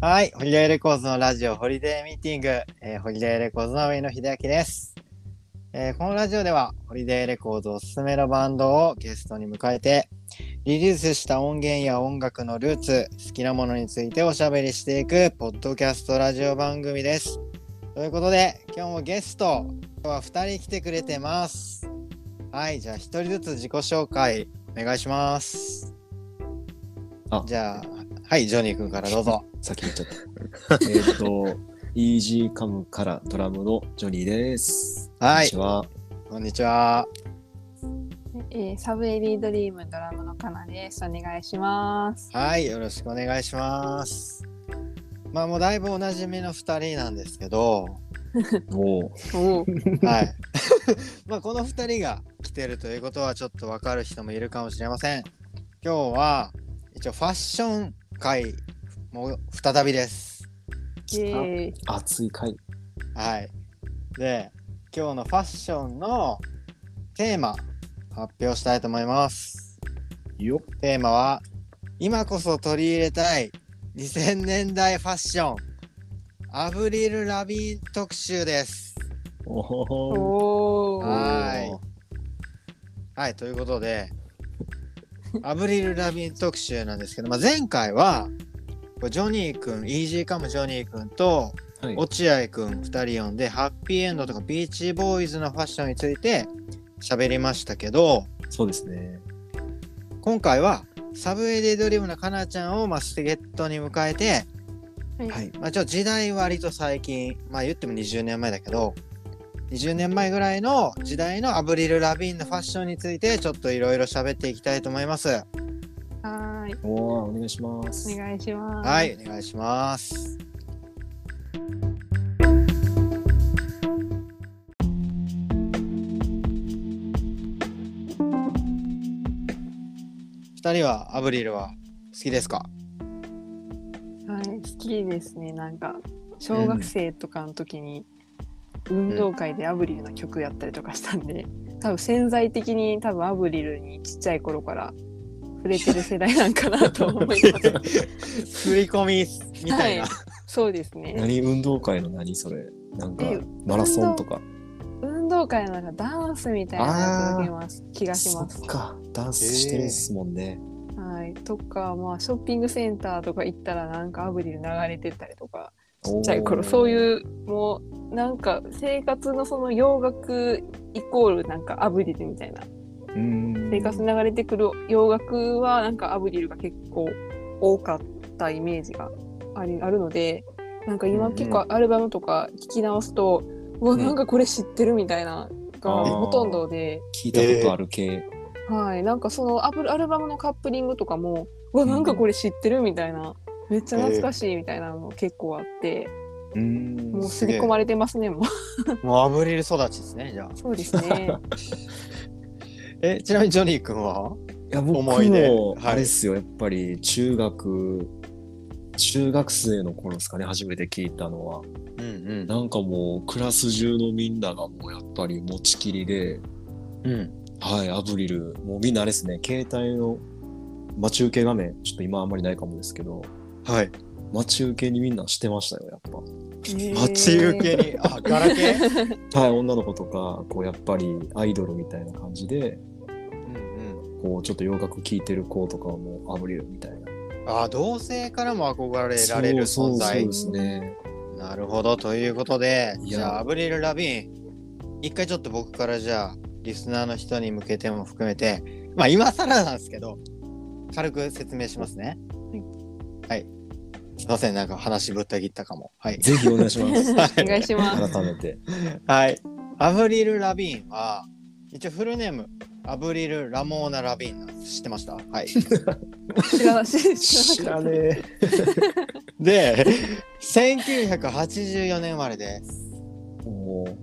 はい、ホリデーレコーズのラジオ、ホリデーミーティング、えーホリデーレコーズの上野秀明です、えーこのラジオでは、ホリデーレコーズおすすめのバンドをゲストに迎えて、リリースした音源や音楽のルーツ、好きなものについておしゃべりしていく、ポッドキャストラジオ番組です。ということで、今日もゲスト、今日は2人来てくれてます。はい、じゃあ1人ずつ自己紹介お願いします。あじゃあ、はい、ジョニー君からどうぞ。先言っちゃった。 えーっと、イージーカムからドラムのジョニーです。はいこんにちは。こんにちは。えーサブエリードリームドラムのカナです。お願いします。はい、よろしくお願いします。まあもうだいぶおなじみの2人なんですけ ど、おーおお、はい。 まあこの2人が来てるということはちょっとわかる人もいるかもしれません。今日は一応ファッション会も再びです。イエーイ熱い回。はい。で、今日のファッションのテーマ発表したいと思います。よテーマは今こそ取り入れたい2000年代ファッションアブリル・ラビーン特集です。おほほおあお、ははいということでアブリル・ラビーン特集なんですけど、まあ、前回はこれジョニーくんイージーカムジョニーくんとはい。落合くん2人呼んでハッピーエンドとかビーチボーイズのファッションについて喋りましたけどそうですね。今回はサブエディドリームのかなちゃんをまあスゲットに迎えては。はいい。まあ、ちょっと時代割と最近、まあ言っても20年前だけど、20年前ぐらいの時代のアブリル・ラビーンのファッションについてちょっといろいろ喋っていきたいと思います。はーい。おおお願いします。お願いします。はい、お願いします。二人はアブリルは好きですかはい。好きですね。なんか小学生とかの時に運動会でアブリルの曲やったりとかしたんで、多分潜在的に多分アブリルにちっちゃい頃から触れてる世代なんかなと思います。振り込み みたいな。はいそうですね。何運動会の何それなんかえマラソンとか。運動会のなんかダンスみたいなやつを受けます気がしそますっ。か。ダンスしてるんすもんね。はい、とか、まあ、ショッピングセンターとか行ったらなんかアブリル流れてたりとかちちっちゃい頃そういうもうなんか生活のその洋楽イコールなんかアブリルみたいなうん。生活に流れてくる洋楽はなんかアブリルが結構多かったイメージがありあるのでなんかうん今うん結構アルバムとか聞き直すと、うわうんなんかこれ知ってるみたいながあーほとんどで。聞いたことある系。はい、なんかそのアブアルバムのカップリングとかもうわなんかこれ知ってるみたいな、めっちゃ懐かしいみたいなのも結構あって、うん。もう刷り込まれてますねもうもうアブリル育ちですね、じゃあ。そうですねえ、ちなみにジョニー君はいや僕思い出もはいあれっすよ、やっぱり中学中学生の頃ですかね初めて聞いたのはうんなんかもうクラス中のみんながもうやっぱり持ちきりでうん。うん。はいアブリルもうみんなあれですね携帯の待ち受け画面ちょっと今あんまりないかもですけどはい。待ち受けにみんなしてましたよやっ待ち受けに、あ、ガラケ ーぱはい女の子とかこうやっぱりアイドルみたいな感じでうんこうちょっと洋楽聴いてる子とかはもうアブリルみたいなうん。あ、同性からも憧れられる存在そう。そうそうですねなるほど。ということで、いじやゃあ、アブリル・ラビーン、一回ちょっと僕からじゃあ、リスナーの人に向けても含めて、まあ、今更なんですけど、軽く説明しますね。はい。すいません、なんか話ぶった切ったかも。 はい。ぜひお願いしますお願いします改めてはい。アブリル・ラビーンは、一応フルネーム、アブリル・ラモーナ・ラビーンなんです知ってましたはい。知らない知知ららないねで、え。1984年生まれです。おー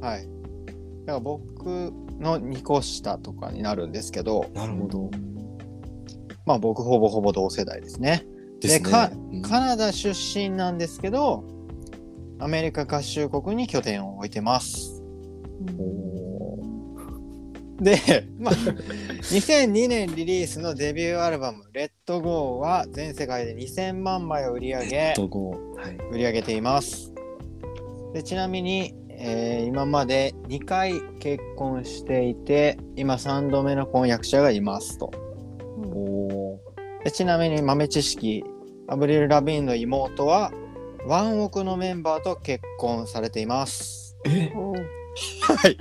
はい。だから僕の2個下とかになるんですけど、なるほど。まあ僕ほぼほぼ同世代ですね。ですね。かうんカナダ出身なんですけど、アメリカ合衆国に拠点を置いてます。おで、まあ、2002年リリースのデビューアルバム「レッドゴーは全世界で2000万枚を売り上げどこはい。売り上げていますでちなみに、えー今まで2回結婚していて今3度目の婚約者がいますとうんおーでちなみに豆知識アブリル・ラビーンの妹はワンオクのメンバーと結婚されていますえおーはい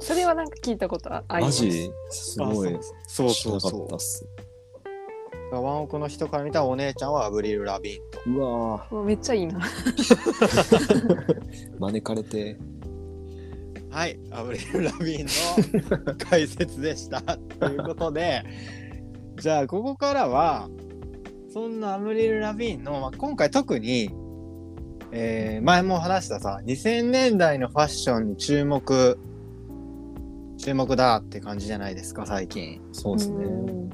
それはなんか聞いたことありまマす。ジすごい。そう知らそうなかそったっす。うワンオクの人から見たお姉ちゃんはアブリル・ラビーンとうわうわめっちゃいいな。ー招かれて。はい、アブリル・ラビーンの解説でした。ということで、じゃあここからは、そんなアブリル・ラビーンの、まあ、今回特に、えー前も話したさ、2000年代のファッションに注目、注目だって感じじゃないですか、最近。そうですね。うん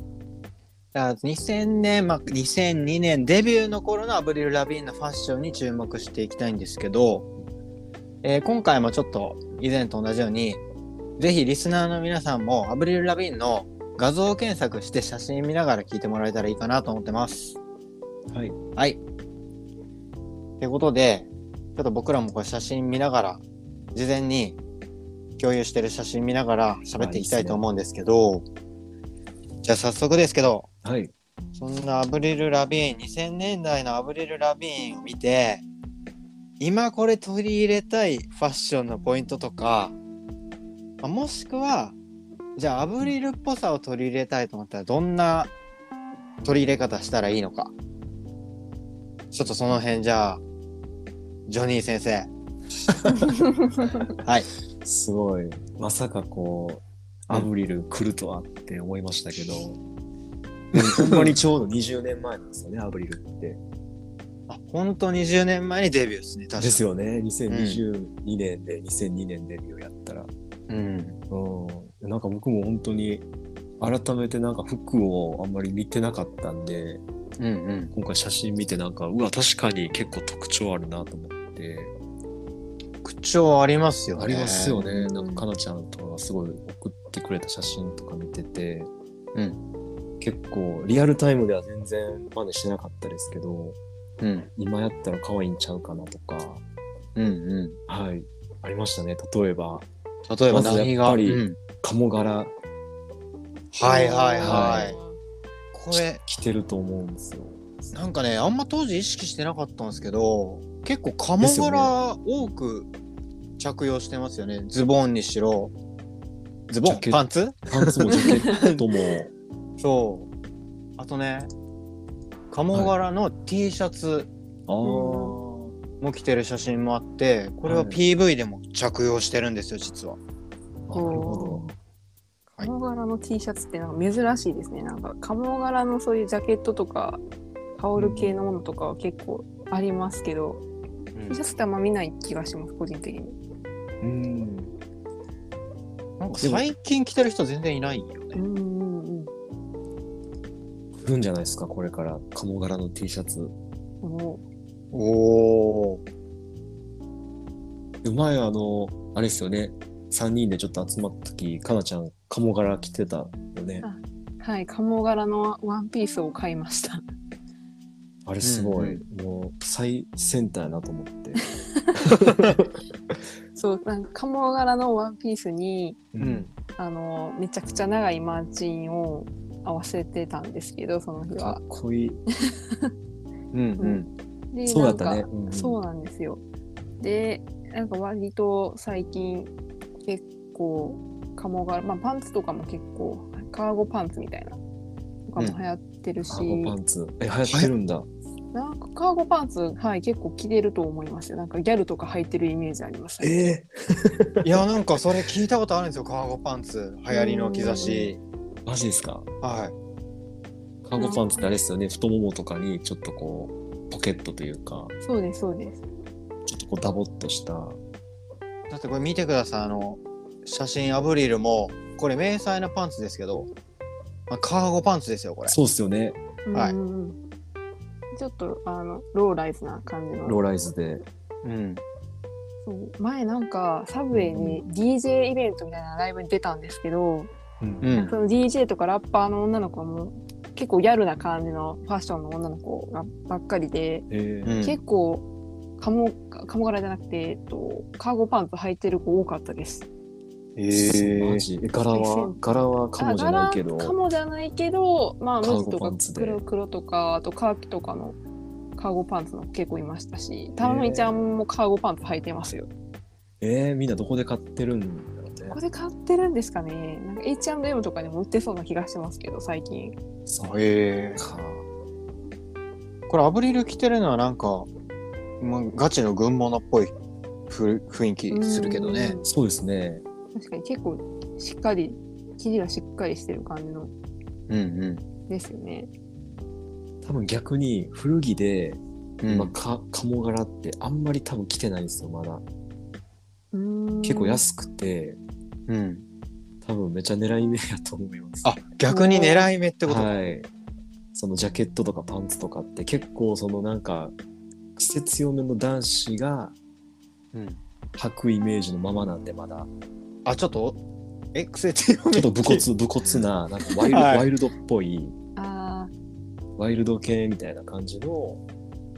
だから2000年、まあ、2002年デビューの頃のアブリル・ラビーンのファッションに注目していきたいんですけど、えー今回もちょっと以前と同じようにぜひリスナーの皆さんもアブリル・ラビーンの画像検索して写真見ながら聞いてもらえたらいいかなと思ってます。はい。はい。ってことでちょっと僕らもこれ写真見ながら事前に共有してる写真見ながら喋っていきたいと思うんですけど、じゃあ早速ですけどはい。そんなアブリル・ラビーン2000年代のアブリル・ラビーンを見て今これ取り入れたいファッションのポイントとかまあもしくはじゃあアブリルっぽさを取り入れたいと思ったらどんな取り入れ方したらいいのかちょっとその辺じゃあジョニー先生はいすごい。まさかこう、アブリル来るとはって思いましたけど、ほんまにちょうど20年前なんですよね、アブリルって。あ本当20年前にデビューですね確かですよね。2022年で、2002年デビューやったら。に、うん、うん。なんか僕も本当に、改めてなんか服をあんまり見てなかったんで、うんうん今回写真見てなんか、うわ、確かに結構特徴あるなと思って。口調ありますよねありますよね。なんか、かなちゃんとかがすごい送ってくれた写真とか見てて、うん結構、リアルタイムでは全然真似してなかったですけど、うん今やったら可愛いんちゃうかなとか、うんうんはい、ありましたね。例えば、例えばまず何が、やっぱりうん鴨柄はいはいははい。これ着てると思うんですよ。なんかねあんま当時意識してなかったんですけど結構で鴨すよ柄多く着用してますよねズボンにしろズボジャンケットパンツパンツもジャケットも、 そうあとね鴨柄の T シャツあも着てる写真もあってこれははい PV でも着用してるんですよ実は。あ、なるほはい鴨柄の T シャツってなんか珍しいですね。なんか鴨柄のそういうジャケットとか羽織る系のものとかは結構ありますけど、T シャツってあんま見ない気がします個人的に。ど。うん。なんか最近着てる人全然いないようね。んうんうん。来るんじゃないですか、これから。鴨柄の T シャツ。もおお。で前あのあれですよね3人でちょっと集まった時かなちゃん鴨柄着てたよねあうはい鴨柄のワンピースを買いました。 あれすごい、うもう最先端やなと思ってそうなんか鴨柄のワンピースにううん。あのめちゃくちゃ長いマーチンを合わせてたんですけどその日かは。っこいいうんでそうだったなんねか、うんそうなんですよ。でなんか割と最近結構鴨柄、まあ、パンツとかも結構カーゴパンツみたいなとかも流行ってるし、カーゴパンツえ流行ってるんだなんかカーゴパンツ、はい、結構着れると思いますよなんかギャルとか履いてるイメージありますね。えうん。いやなんかそれ聞いたことあるんですよカーゴパンツ流行りの兆し。ー、マジですかはい。カーゴパンツってあれですよね太ももとかにちょっとこうポケットというかそうですそうですちょっとこうダボっとしただってこれ見てくださいあの写真アブリルもこれ迷彩のパンツですけどあカーゴパンツですよこれそうっすよねはいうんうんうんちょっとあのローライズな感じのローライズでうんそう前なんかサブウェイに DJ イベントみたいなライブに出たんですけど、うんうんその DJ とかラッパーの女の子も結構ギャルな感じのファッションの女の子がばっかりで、えーうん結構カモカモ柄じゃなくて、えっと、カーゴパンツ履いてる子多かったです。えマジえ柄は柄はカモじゃないけどあ柄カモじゃないけど、まあ、カーゴ無地とパかンツで黒黒とかあとカーキとかのカーゴパンツの結構いましたしタラミちゃんもカーゴパンツ履いてますよ。えーみんなどこで買ってるんだろうねここで買ってるんですかねなんか H&M とかでも売ってそうな気がしてますけど最近そうえかー、これアブリル着てるのはなんか、もうガチの軍物っぽいふ雰囲気するけどねう。んそうですね確かに結構しっかり生地がしっかりしてる感じのうんうん。ですよね多分逆に古着でうん今か鴨柄ってあんまり多分着てないんですよまだ結構安くくてうん、多分めちゃ狙い目やと思いますあ逆に狙い目ってことか、はいそのジャケットとかパンツとかって結構そのなんか癖強めの男子がうん、履くイメージのままなんでまだあちょっとえ癖強めちょっと武骨武骨ななんかワイルド、はいワイルドっぽいあーワイルド系みたいな感じの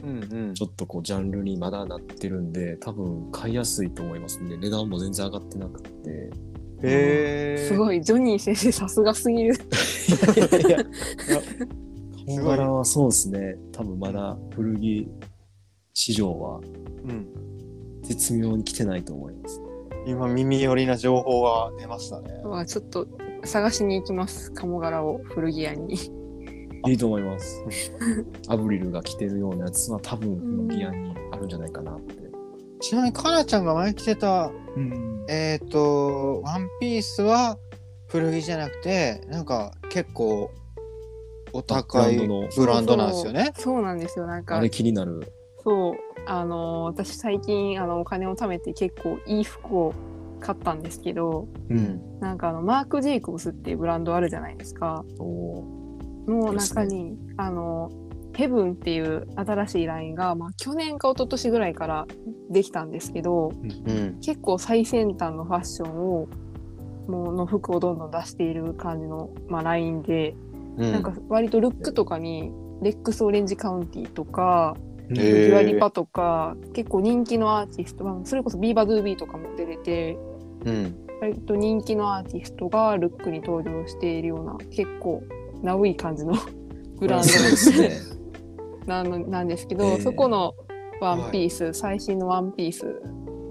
うんうんちょっとこうジャンルにまだなってるんで多分買いやすいと思いますね値段も全然上がってなくてへえすごいジョニー先生さすがすぎる いや本柄はそうですね多分まだ古着市場はうん、絶妙に来てないと思います今耳寄りな情報が出ましたねまあちょっと探しに行きます鴨柄を古着屋にいいと思います アブリルが着てるようなやつは多分古着屋にあるんじゃないかなってちなみにかなちゃんが前着てたうんえっ、ー、とワンピースは古着じゃなくてなんか結構お高いブランドのブランドなんですよねそうそうなんですよなんあかれ気になるそうあの私最近あのお金を貯めて結構いい服を買ったんですけどうんなんかあのマーク・ジェイコブスっていうブランドあるじゃないですかおーの中に、あのヘブンっていう新しいラインが、まあ、去年か一昨年ぐらいからできたんですけどうん結構最先端のファッションをもうの服をどんどん出している感じの、まあ、ラインで、うんなんか割とルックとかにレックス・オレンジ・カウンティとか、へーデュアリパとか結構人気のアーティスト、まあそれこそビーバ・ドゥービーとかも出ててうん割と人気のアーティストがルックに登場しているような結構ナウい感じの ブランドそうですね なのなんですけど、えーそこのワンピース、最新のワンピース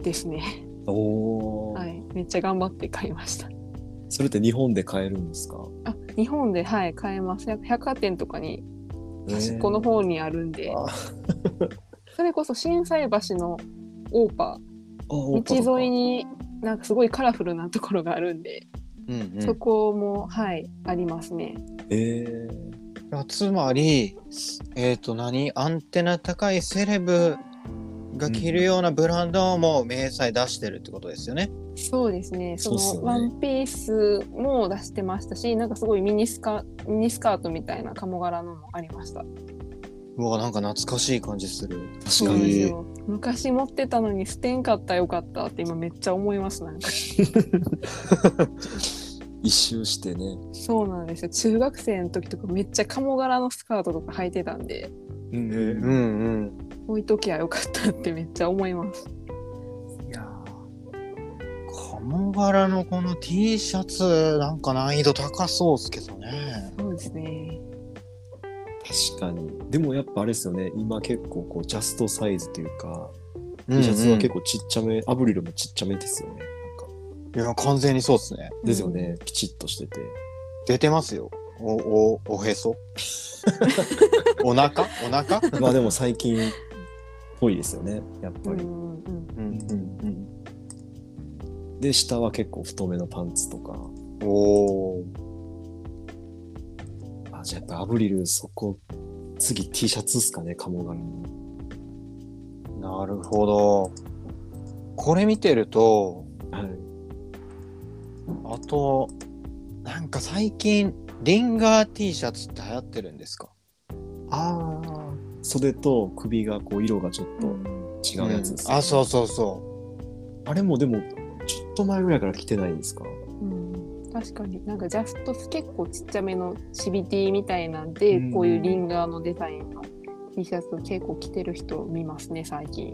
ですね。おお、はい、めっちゃ頑張って買いました。それって日本で買えるんですかあ、日本ではい買えます。百百貨店とかに端っこのへ方にあるんで、あ それこそ心斎橋のオーパーあオーパとか道沿いになんかすごいカラフルなところがあるんで、うんそこもはいありますね。えーあつまり、えっ、と、何アンテナ高いセレブが着るようなブランドをもう明細出してるってことですよね。そうですね。そのそうっすよねワンピースも出してましたし、なんかすごいミニスカミニスカートみたいな鴨柄のもありました。うわ、なんか懐かしい感じする。確そうかなんですによ。昔持ってたのに捨てんかったよかったって今めっちゃ思いますなんか。一周してね、そうなんですよ。中学生の時とかめっちゃ鴨柄のスカートとか履いてたんで、ううんん置いときゃよかったってめっちゃ思います。うん。いやー、鴨柄のこの T シャツ、なんか難易度高そうっすけどね。そうですね。確かにでもやっぱあれですよね今結構こうジャストサイズというか、T シャツは結構ちっちゃめアブリルもちっちゃめですよねなんか構。いや、完全にそうっすね。ですよね、きちっとしてて出てますよ。お、お、おへ そお腹お腹まあでも最近っぽいですよねやっうぱん。り、うんううん。んうんで下は結構太めのパンツとかうん。おー。あじゃあやっぱアブリルそこ次 T シャツっすかね鴨柄のなるほど。これ見てると、はいあと、なんか最近、リンガー T シャツって流行ってるんですかああ袖と首がこう色がちょっと違うやつです、あ、そうそうそあれもでも、ちょっと前ぐらいから来てないんですかうん、確かになんかジャストス結構ちっちゃめの CBT みたいなんで、うんこういうリンガーのデザインの T シャツ結構着てる人見ますね最近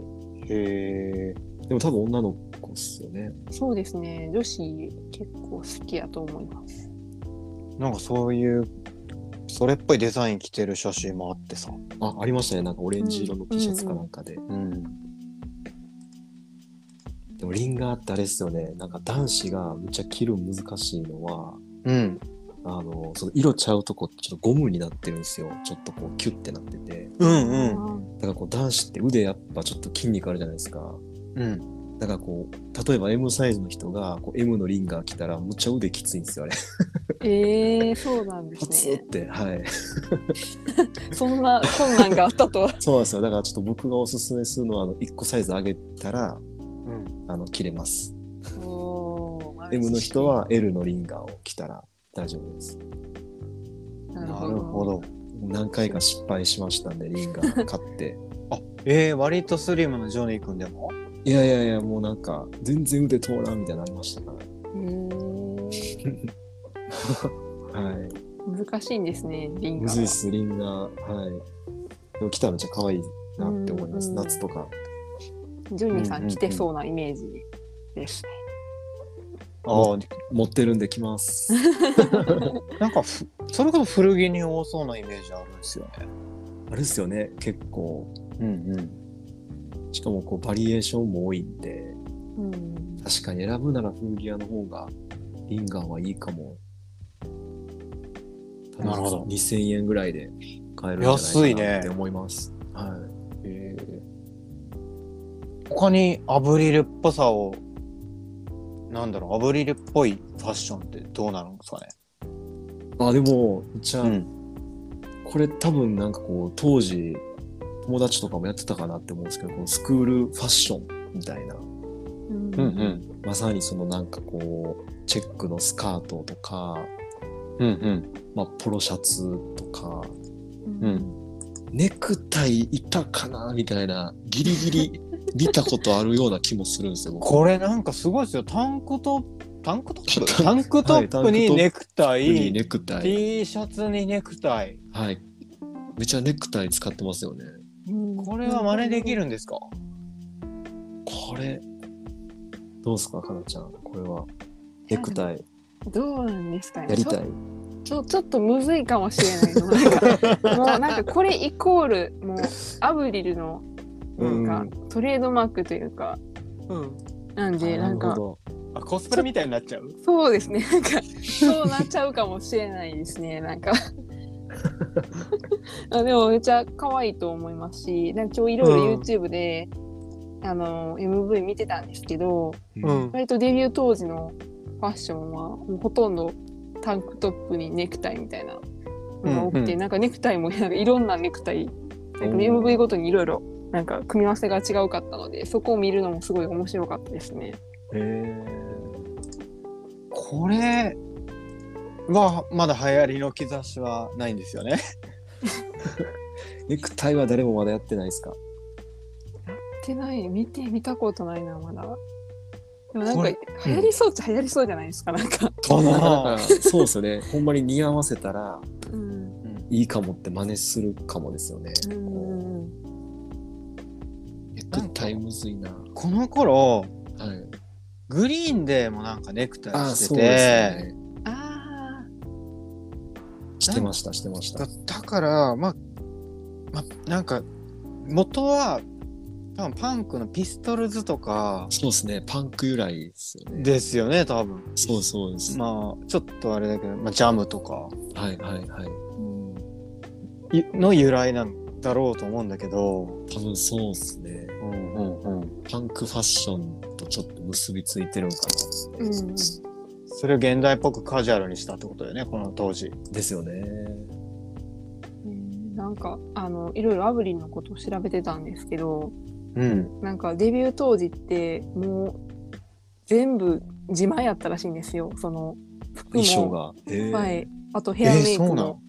へえ。でも多分女の子っすよね。そうですね女子結構好きやと思いますなんかそういうそれっぽいデザイン着てる写真もあってさ、あ、ありましたね。なんかオレンジ色のうん T シャツかなんかで。うん、でもリンガーってあれっすよね。なんか男子がむっちゃ着るの難しいのは、うん、あの、その色ちゃうとこってちょっとゴムになってるんですよ。ちょっとこうキュッてなってて。うんううんだからこう男子って腕やっぱちょっと筋肉あるじゃないですか。うんだからこう、例えば M サイズの人がこう M のリンガー着たらむっちゃ腕きついんですよ、あれ。えー、そうなんでパすツっねて。はい。そんな困難があった とはそうなんですよ。だからちょっと僕がおすすめするのは、あの、1個サイズ上げたら、うんあの、切れます。おー M の人は L のリンガーを着たら大丈夫です。ななるほど何回か失敗しましたんで、リンガー買 って。あえー、割とスリムなジョニー君でもいやいやいや、もうなんか、全然腕通らんみたいになりましたかえー、ら。はい。難しいんですねリンガむーずいっはす、リンガー。はい。でも着たらめっちゃ可愛いなって思います。うんうん夏とか。ジョニーさうんうんんうん着てそうなイメージですね、あ持ってるんで着ます。 あなんかふそれこそ古着に多そうなイメージあるんですよねあれっすよね、結構。うんうんしかもこう、バリエーションも多いんで。うん確かに選ぶなら古着屋の方がリンガーはいいかも。なるほど2000円ぐらいで買えるんじゃない安いかなねって思います。はい。え他にアブリルっぽさをなんだろうアブリルっぽいファッションってどうなるんですかねあ、でも、じゃあ、んこれ多分なんかこう、当時、友達とかもやってたかなって思うんですけど、このスクールファッションみたいな。うんうんうんまさにそのなんかこう、チェックのスカートとか、うんうんまあ、ポロシャツとか、うネクタイいたかなみたいな、ギリギリ見たことあるような気もするんですよ。僕これなんかすごいですよタンクトップタンクトップタンクトはいップにネクタイ、にネクタイ。 T シャツにネクタイはい。めちゃネクタイ使ってますよね。これは真似できるんですかこれ、どうすか、かなちゃん。これは。ネクタイ、どうなんですかねやりたい。ちょちょちょっとむずいかもしれないのなん かもうなんかこれイコールもうアブリルのなんか、トレードマークというかうんなんであなんなるかほあコスプレみたいになっちゃうそうです ねなんかそうなっちゃうかもしれないです ねなんかあでもめっちゃ可愛いと思いますしなんか今日いろいろ YouTube で、あの MV 見てたんですけど、ど。うん。割とデビュー当時のファッションはもうほとんどタンクトップにネクタイみたいなのが多くて、うんうんなんかネクタイもなんかいろんなネクタイなんかおー MV ごとにいろいろなんか組み合わせが違うかったのでそこを見るのもすごい面白かったですね。へーこれはまだ流行りの兆しはないんですよねネクタイは誰もまだやってないですか見てない見て見たことないなまだ。でもなんこかれうん流行りそうっちゃ流行りそうじゃないですかなんか。かなかななかそうですよね。ほんまに似合わせたらうんいいかもって真似するかもですよね。うんネクタイむずいな。 この頃はい。グリーンでもなんかネクタイあー、しそてうて、ですよね。あしてました、してましただ。だからまあ、まあ、なんか元は多分パンクのピストルズとかそうですね、パンク由来ですよね。ですよね多分そうそうです。まあちょっとあれだけど、まあ、ジャムとかはいはいはい。いの由来なんだろうと思うんだけど、多分そうですね。うんうんうん、パンクファッションとちょっと結びついてるのかあうんうんそれを現代っぽくカジュアルにしたってことだよねこの当時。な。ですよね。うんなんかあのいろいろアブリンのことを調べてたんですけど、うん、なんかデビュー当時ってもう全部自前やったらしいんですよその服衣装も、が。えはい、あとヘアメイクえーそうなのも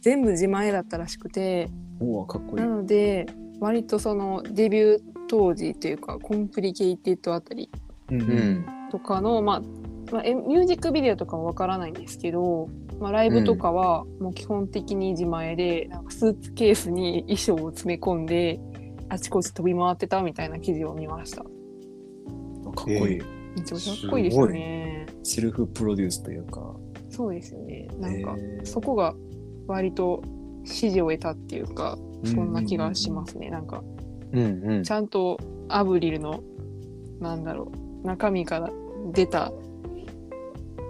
全部自前だったらしくて、もうかっこいいな。ので割とそのデビュー当時というかコンプリケイテッドあたりうんうん。とかの、まあまあ、えミュージックビデオとかはわからないんですけど、まあ、ライブとかはもう基本的に自前で、なんかスーツケースに衣装を詰め込んであちこち飛び回ってたみたいな記事を見ました。かっこいい、めちゃめちゃかっこいいですね。セルフプロデュースというかそうですよね。なんか、えー、そこが割と支持を得たっていうか、そんな気がしますすね。なんか、うんうんち。ゃんとアブリルの、なんだろう、中身から出たフ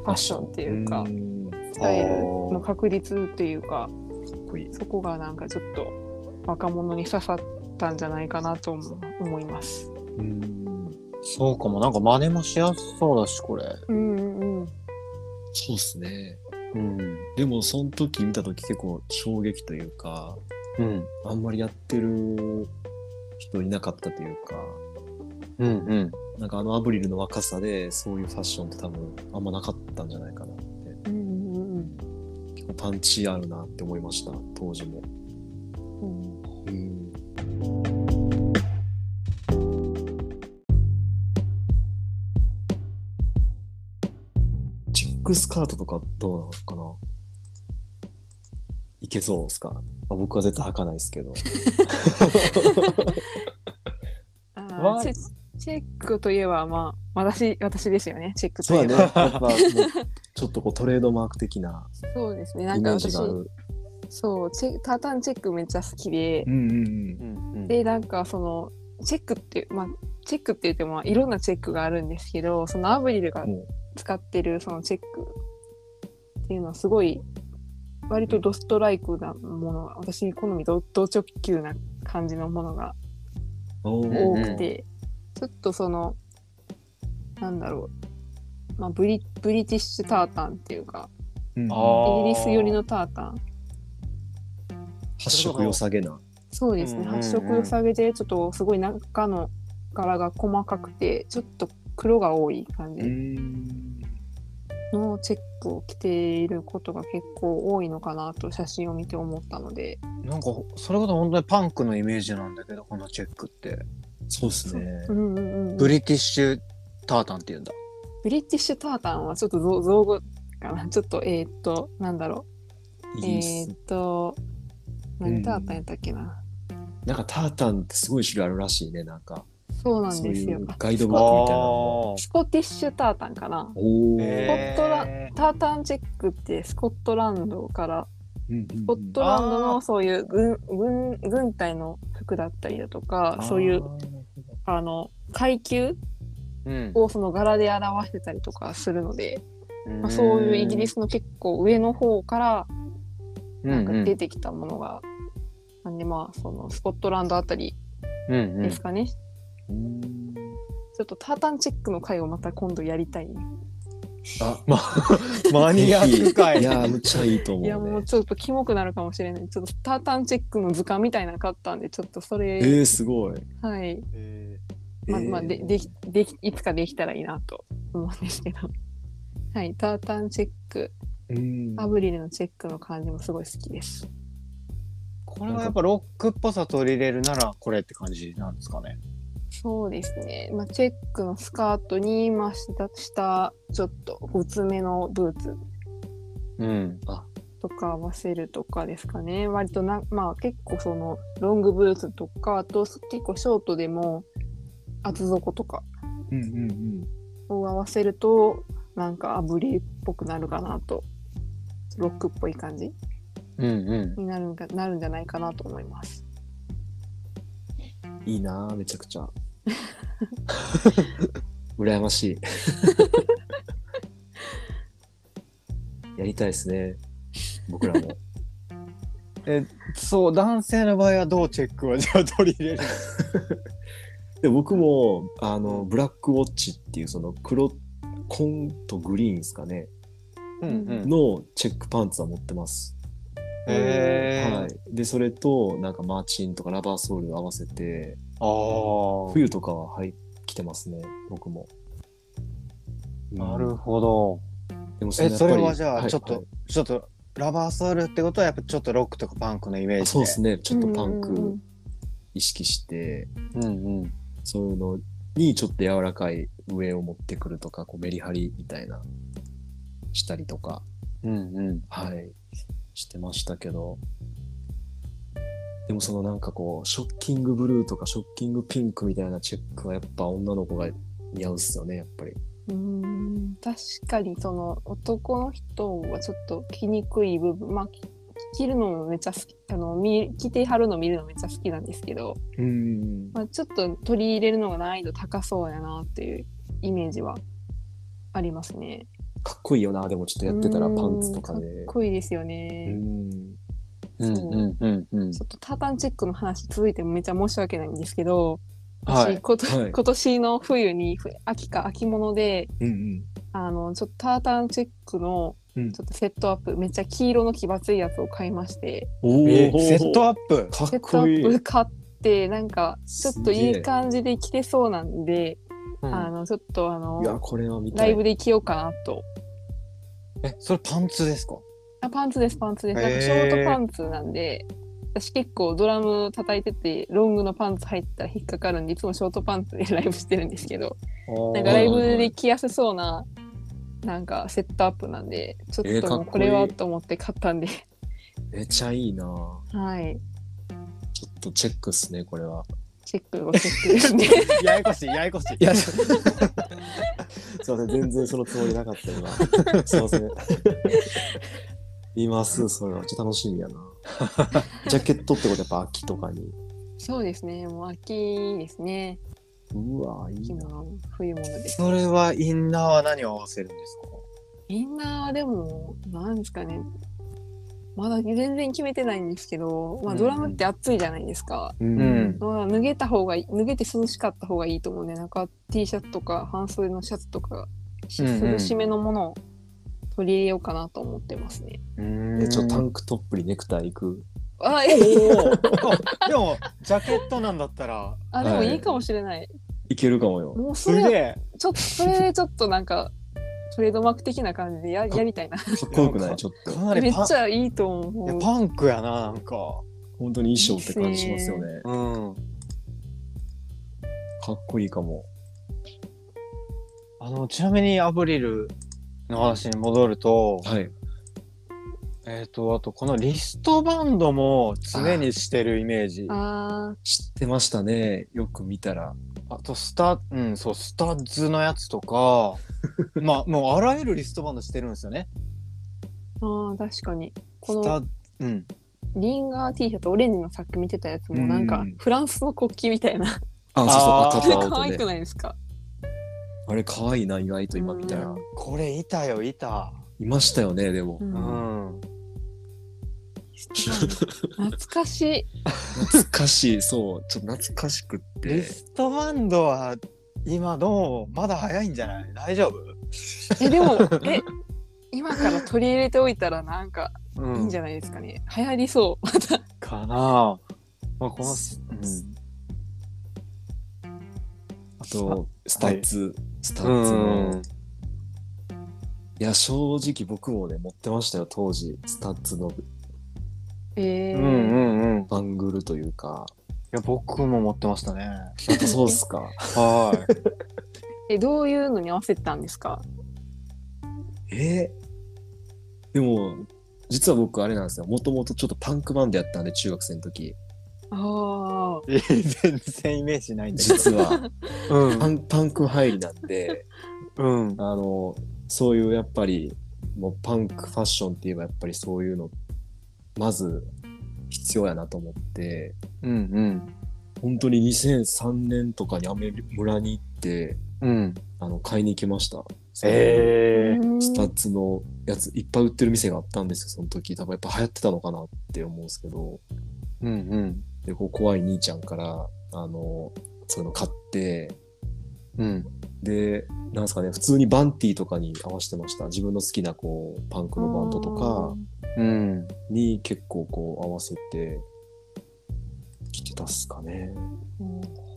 ァッションっていうか、んスタイルの確率っていうか、かっこいいそこがなんかちょっと若者に刺さったんじゃないかなと思思います。そうかも。なんか真似もしやすそうだし、これ。うんうんうん。そうですねうん。でもその時見た時結構衝撃というかうん。あんまりやってる人いなかったというかうんうん。なんかあのアブリルの若さでそういうファッションって多分あんまなかったんじゃないかなってうんうん結構パンチあるなって思いました当時も、うんうんうん、チェックスカートとかどうなのかないけそうですか、まあ、僕は絶対履かないですけどあわーチェチェックといえば、まあ、私私ですよね、チェックといそうえば。だねやっぱもうちょっとこうトレードマーク的なそうですね、なイんかメージ私があ、るそう、チェタータンチェックめっちゃ好きでう、んうんうんうん。で、なんかその、チェックって、まあ、チェックって言っても、まあいろんなチェックがあるんですけど、そのアブリルがうんも使ってるそのチェックっていうのはすごい、割とドストライクなものが、私好みドド直球な感じのものがうおー多くて、ちょっとその、なんだろう、まあ、ブリブリティッシュタータンっていうか、うんあーイギリス寄りのタータン発色良さげな。そうですうんねうんうん発色良さげでちょっとすごい中の柄が細かくてちょっと黒が多い感じん。のチェックを着ていることが結構多いのかなと写真を見て思ったのでなんか、それこそ本当にパンクのイメージなんだけど、このチェックって。そうですねう。んうんうんブブリリティッシュタータンって言うんだ。ティッシュタータンはちょっと造造語かなちょっとえーっとなんだろイうギえリスーっ。とうん何タータンやったっけな、なんかタータンってすごい種類あるらしいね、なんか。そうなんそうですいようあガイドブックみたいなのも。あスコティッシュタータンかなおーへスコットランタータンチェックってスコットランドからうんうんうんスコットランドあーのそういう軍軍軍隊の服だったりだとかあーそういうあの階級うん。をその柄で表してたりとかするので、まあ、そういうイギリスの結構上の方からなんか出てきたものが、なんでまあそのスコットランドあたりうんうんですかね、ちうんょっとタータンチェックの回をまた今度やりたい、あ、ま、マニアックかい。いやー、むっちゃいいと思う、いね。やもうちょっとキモくなるかもしれないちょっとタータンチェックの図鑑みたいなの買ったんでちょっとそえれ、ー、すごい。はいえまあまあ、えーでできできいつかできたらいいなと思うんですけど はいタータンチェックうん。アブリルのチェックの感じもすごい好きですーこれはやっぱロックっぽさ取り入れるならこれって感じなんですかね。そうですね、まあ、チェックのスカートに、まあ、下下ちょっとごつめのブーツうん。とか合わせるとかですかね割となまあ結構そのロングブーツとかあと結構ショートでも厚底とかうんうんうん。を合わせるとなんかアブリルっぽくなるかなとロックっぽい感じうんうん。になるんかなるんじゃないかなと思います。いいなーめちゃくちゃ。羨ましい。 やりたいですね。僕らも。そう、男性の場合はどうチェックをじゃあ取り入れ るで僕もあのブラックウォッチっていうその黒紺とグリーンですかねうんうんの。のチェックパンツは持ってます。へー。はい、でそれとなんかマーチンとかラバーソール合わせてああ。冬とかははい着てますね僕も。うんなるほど。でもそえ、やっそぱりれはじゃはあいちょっはとい、ちょっとラバーソウルってことはやっぱちょっとロックとかパンクのイメージあそうですねちょっとパンうんうんうクん意識してうんうん。そういうのにちょっと柔らかい上を持ってくるとか、こうメリハリみたいな、したりとか、うんうん。はい、してましたけど、でもそのなんかこう、ショッキングブルーとかショッキングピンクみたいなチェックはやっぱ女の子が似合うっすよね、やっぱり。うーん確かにその男の人はちょっと着にくい部分まあき着るのもめっちゃ好きあの見着てはるの見るのめっちゃ好きなんですけど、うん。まあ、ちょっと取り入れるのが難易度高そうやなっていうイメージはありますね。かっこいいよな、でもちょっとやってたらパンツとかで。うんっこいいですよね。うん。うんうんうんうんち。ょっとタータンチェックの話続いてもめっちゃ申し訳ないんですけど、は私い。ことはい今年の冬にふ秋か秋物でうんうん。あのちょっとタータンチェックのうんちょっとセットアップ、めっちゃ黄色の奇抜いやつを買いましておえセットアップかセっットアこいッいプ。買ってなんかちょっといい感じで着てそうなんで、うんあのちょっとあいや、のこれは見たラい。イブで着ようかなとえ、それパンツですかあパンツですパンツですなんかシへーョートパンツなんで私結構ドラム叩いててロングのパンツ入ったら引っかかるんでいつもショートパンツでライブしてるんですけどなんかライブで着やすそうななんかセットアップなんでちょえーっかとっこもいういこれはと思って買ったんで、 めちゃいいなはいちょっとチェックっすね、これは。チェックごチェックですね ややこしい、ややこしい。いや、すいません、全然そのつもりなかった 今。すいません。見ます、それは。ちょっと楽しみや な。ジャケットってことはやっぱ秋とかに。そうですねもう秋ですねうわ、いい秋な。の冬物ですそれはインナーは何を合わせるんですかみんなはでもなんですかねまだ全然決めてないんですけど、まあ、ドラムって暑いじゃないですか、ううんまあ、脱げた方がいい脱げて涼しかった方がいいと思うんで中 T シャツとか半袖のシャツとかしうんうん涼しめのものを取り入れようかなと思ってますね。でちょっとタンンクトップにネクタイいく。あえ でも、ジャケットなんだったら、あでもいいかもしれない。いけるかもよ。もうそすげれえ。ちょっとそれちょっとなんかトレードマーク的な感じでややりたいな。かっこよくないちょっとか。なめりっパンちゃいいと思いやう。パンクやな、なんか。本当に衣装って感じしますよね。うん。かっこいいかも。あの、ちなみにアブリルの話に戻ると、はい。えっ、と、あと、このリストバンドも常にしてるイメージ。ああ知ってましたね。よく見たら。と、スタ、うん、そう、スタッズのやつと か、まあ、もうあらゆるリストバンドしてるんですよね。ーあー確かにこスのタ、うん。リンガー T シャツオレンジのさっき見てたやつもなんうかんフランスの国旗みたいなあ、あそうーそう、赤と可青愛とくね。ないですかあれ、可愛いな、意外と今見たら。うこれ、いたよ、いた。いましたよね、でも。うんん。懐かしい懐かしい、そう。ちょっと懐かしくっリて。ストバンドは、今どうまだ早いんじゃない大丈夫えでもえ今から取り入れておいたらなんかういいんじゃないですかね、流行りそうかなぁまあ、この、あと、スタッツ、スタうッツん。の。いや、正直僕もね、持ってましたよ、当時。スタッツのえーうんうんうん。バングルという か。いや、僕も持ってましたね。やっぱそうっすか。はい。えどういうのに合わせてたんですかえーでも、実は僕あれなんですよ。もともとちょっとパンクバンドやったんで、中学生の時。あ 全然イメージないんだけ実 は、ど。うパ。ンパンク入りなんで。うん。あのそういうやっぱりもうパンクファッションって言えばやっぱりそういうのまず必要やなと思ってうん本当に2003年とかにアメ村に行ってうん。うん。あの買いに行きましたあえスタッツのやついっぱい売ってる店があったんですよその時多分やっぱ流行ってたのかなって思うんですけどえ。うんうん。でこう怖い兄ちゃんからあのそういうの買ってうん。でなんですかね普通にバンティーとかに合わせてました自分の好きなこうパンクのバンドとかうん。に結構こう合わせてきてたっすかね。か